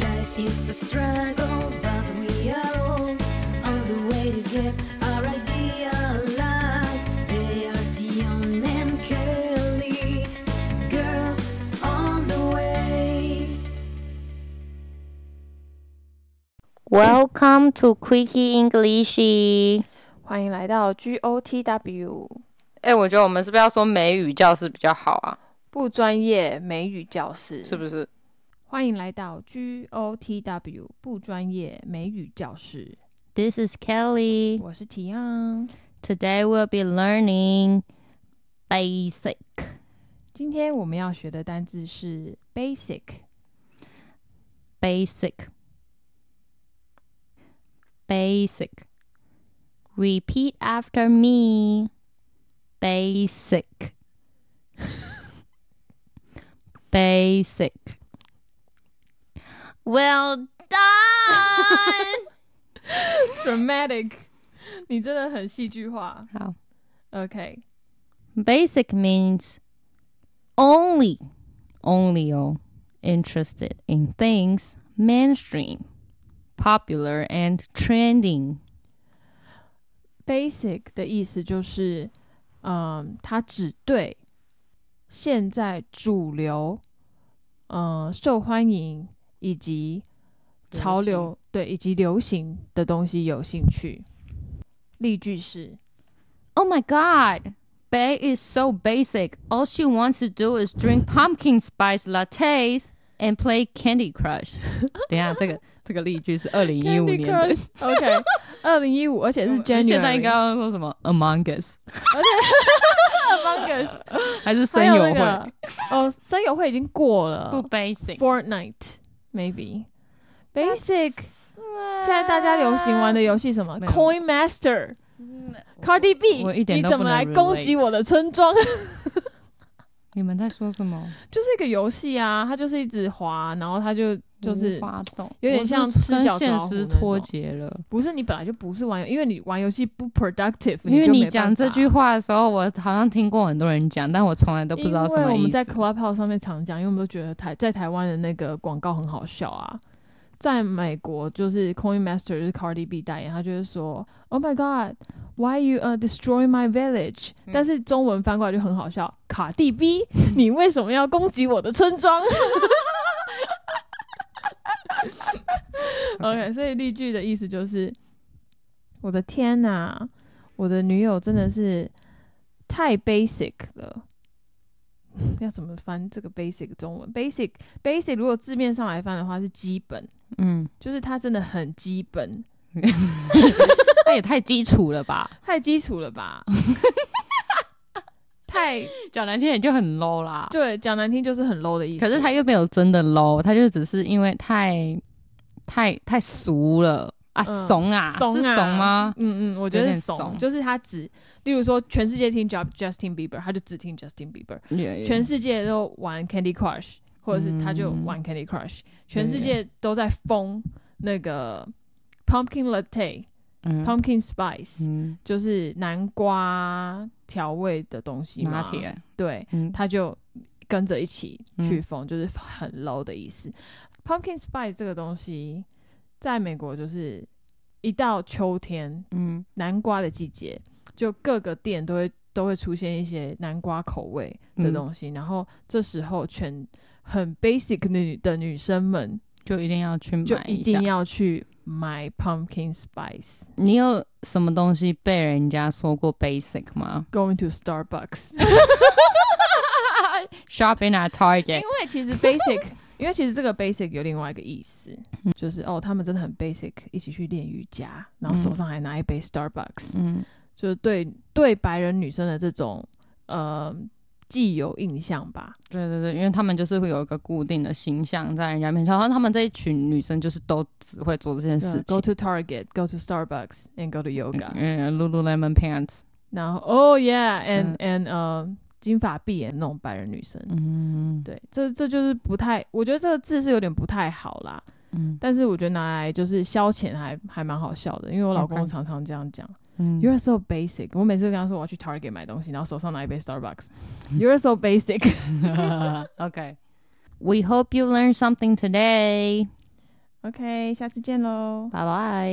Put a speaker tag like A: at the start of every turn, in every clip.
A: Life is a struggle, but we are all on the way to get our ideal life. They are Dion and Kelly, girls on the way.
B: Welcome to Quickie English。
C: 欢迎来到 GOTW，
B: 哎、我觉得我们是不是要说美语教室比较好啊？
C: 不专业美语教室，
B: 是不
C: 是？
B: 是？
C: 欢迎来到 GOTW，不专业美语教室，
B: This is Kelly.
C: 我是提昂。
B: Today we'll be learning basic
C: 今天我们要学的单字是 basic，
B: basic basic. Repeat after me. Basic. basic. Well done.
C: dramatic，你 真的很戏剧化。
B: 好。
C: OK，
B: Basic means only, only oh, interested in things mainstream, popular and trending.
C: basic 的意思就是，嗯，它只对现在主流、嗯受欢迎以及潮流对以及流行的东西有兴趣。例句是
B: Oh my god! Bae is so basic. All she wants to do is drink pumpkin spice lattes and play Candy Crush. 等一下，这个-这个例句是2015
C: Candy
B: 年的。
C: Crush。OK，二零一五，而且是 January。
B: 现在应该要说什么 Among Us，
C: Among Us，还有那
B: 还是声友会？
C: 个哦，森友会已经过了。
B: 不 basic。
C: Fortnite maybe basic。现在大家流行玩的游戏什么
B: 啊没有嗯
C: ？Coin Master、Cardi B，
B: 我一点
C: 你
B: 都
C: 怎
B: 不
C: 么
B: 能
C: 来攻击
B: relate
C: 我的村庄？
B: 你们在说什么？
C: 就是一个游戏啊，它就是一直滑，然后它就就是
B: 无法懂，
C: 有点
B: 我是
C: 像吃
B: 跟
C: 饺子
B: 现
C: 老虎
B: 实
C: 那种
B: 脱节了。
C: 不是你本来就不是玩游，因为你玩游戏不 productive，
B: 因为
C: 就
B: 你
C: 没办
B: 讲这
C: 法
B: 句。话的时候，我好像听过很多人讲，但我从来都不知道什
C: 因为
B: 么
C: 我们
B: 意
C: 在
B: 思。
C: Clubhouse 上面常讲，因为我们都觉得台在台湾的那个广告很好笑啊。在美国，就是 Coin Master 就是 Cardi B 代言，他就是说 “Oh my God, why you uh destroy my village？”、
B: 嗯
C: 但是中文翻过来就很好笑，卡蒂 B，你为什么要攻击我的村庄 ？OK，所以例句的意思就是：我的天哪、我的女友真的是太 basic 了。要怎么翻这个 basic 中文？basic basic 如果字面上来翻的话是基本，
B: 嗯，
C: 就是它真的很基本，
B: 那也太基础了吧？
C: 太基础了吧？ 太
B: 讲难听点就很 low 啦。
C: 对，讲难听就是很 low 的意思。
B: 可是他又没有真的 low，他就只是因为太太太俗了啊，
C: 嗯
B: 怂啊，
C: 怂
B: 是
C: 啊
B: 怂吗？
C: 嗯嗯，我觉得
B: 有
C: 是
B: 点
C: 怂，
B: 怂
C: 就是他只，例如说全世界听 Ju- Justin Bieber，他就只听 Justin Bieber；全世界都玩 Candy Crush，或者是他就
B: 嗯
C: 玩 Candy Crush，、全世界都在疯那个 Pumpkin Latte、
B: 嗯
C: Pumpkin Spice，、
B: 嗯
C: 就是南瓜调味的东西嘛
B: 拿，铁，
C: 对，
B: 嗯，
C: 他就跟着一起去疯，就是很 low 的意思。Pumpkin spice 这个东西，在美国就是一到秋天，
B: 嗯，
C: 南瓜的季节，就各个店都会都会出现一些南瓜口味的东
B: 嗯
C: 西，然后这时候全很 basic 的女的女生们
B: 就一定要去
C: 就
B: 买
C: 一
B: 下
C: 定。要去买 pumpkin spice。
B: 你有什么东西被人家说过 basic 吗
C: Going to Starbucks，
B: ？Shopping at
C: 因
B: Target，
C: 为其实 basic，因为其实这个 basic 有另外一个意思，
B: 嗯
C: 就是哦，他们真的很 basic，一起去练瑜伽，然后手上还拿一杯 Starbucks，、
B: 嗯，
C: 就是对对白人女生的这种呃既有印象吧。
B: 对对对，因为他们就是会有一个固定的形象在人家面前，然后他们这一群女生就是都只会做这件事
C: go
B: 情。
C: to Target, go to Starbucks, and go to yoga、
B: 嗯，Lululemon pants，
C: 然后哦 yeah, and、and 呃金发碧眼那种白人女生。
B: 嗯
C: 对，这这就是不太，我觉得这个字是有点不太好啦。
B: 嗯
C: 但是我觉得拿来就是消遣还还蛮好笑的，因为我老
B: OK
C: 公常常这样讲。
B: 嗯
C: You're so basic。我每次跟他说我要去 Target 买东西，然后手上拿一杯 Starbucks。You're so basic。
B: ，OK。We hope you learn something today.
C: OK，下次见喽，
B: 拜拜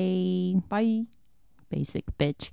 C: 拜。
B: ，basic bitch。